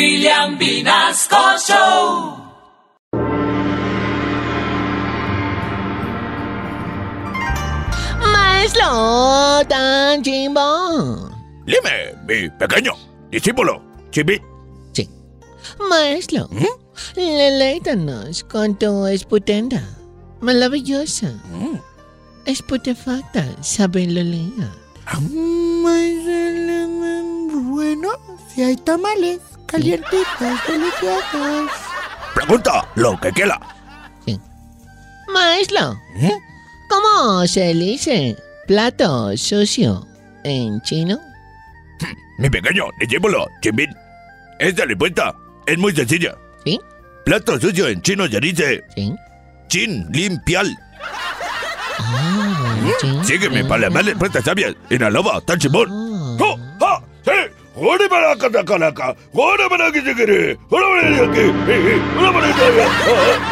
William Vinasco Show. Maestro tan chimbo. Dime, mi pequeño discípulo, Chibi. Sí. Maestro, ¿Eh? deleítanos con tu esputenda. Maravillosa. Mm. Esputefacta, sabiduría. Bueno, si hay tamales calientitos, deliciosos. Pregunta lo que quiera. Maestro, ¿Eh? ¿cómo se dice plato sucio en chino? Mi pequeño discípulo, Chibi. Esta respuesta es muy sencilla. ¿Sí? Plato sucio en chino se dice Sí. chin limpial. Ah, sí. Sígueme para las más respuestas sabias. Inalaba, tan chimón. Ah. ¡Oh! ¡Ah! ¡Sí! ¡Jore para acá, acá, acá! ¡Jore para aquí si quieres! ¡Jore para aquí! ¡Jore para allá! ¡Ah!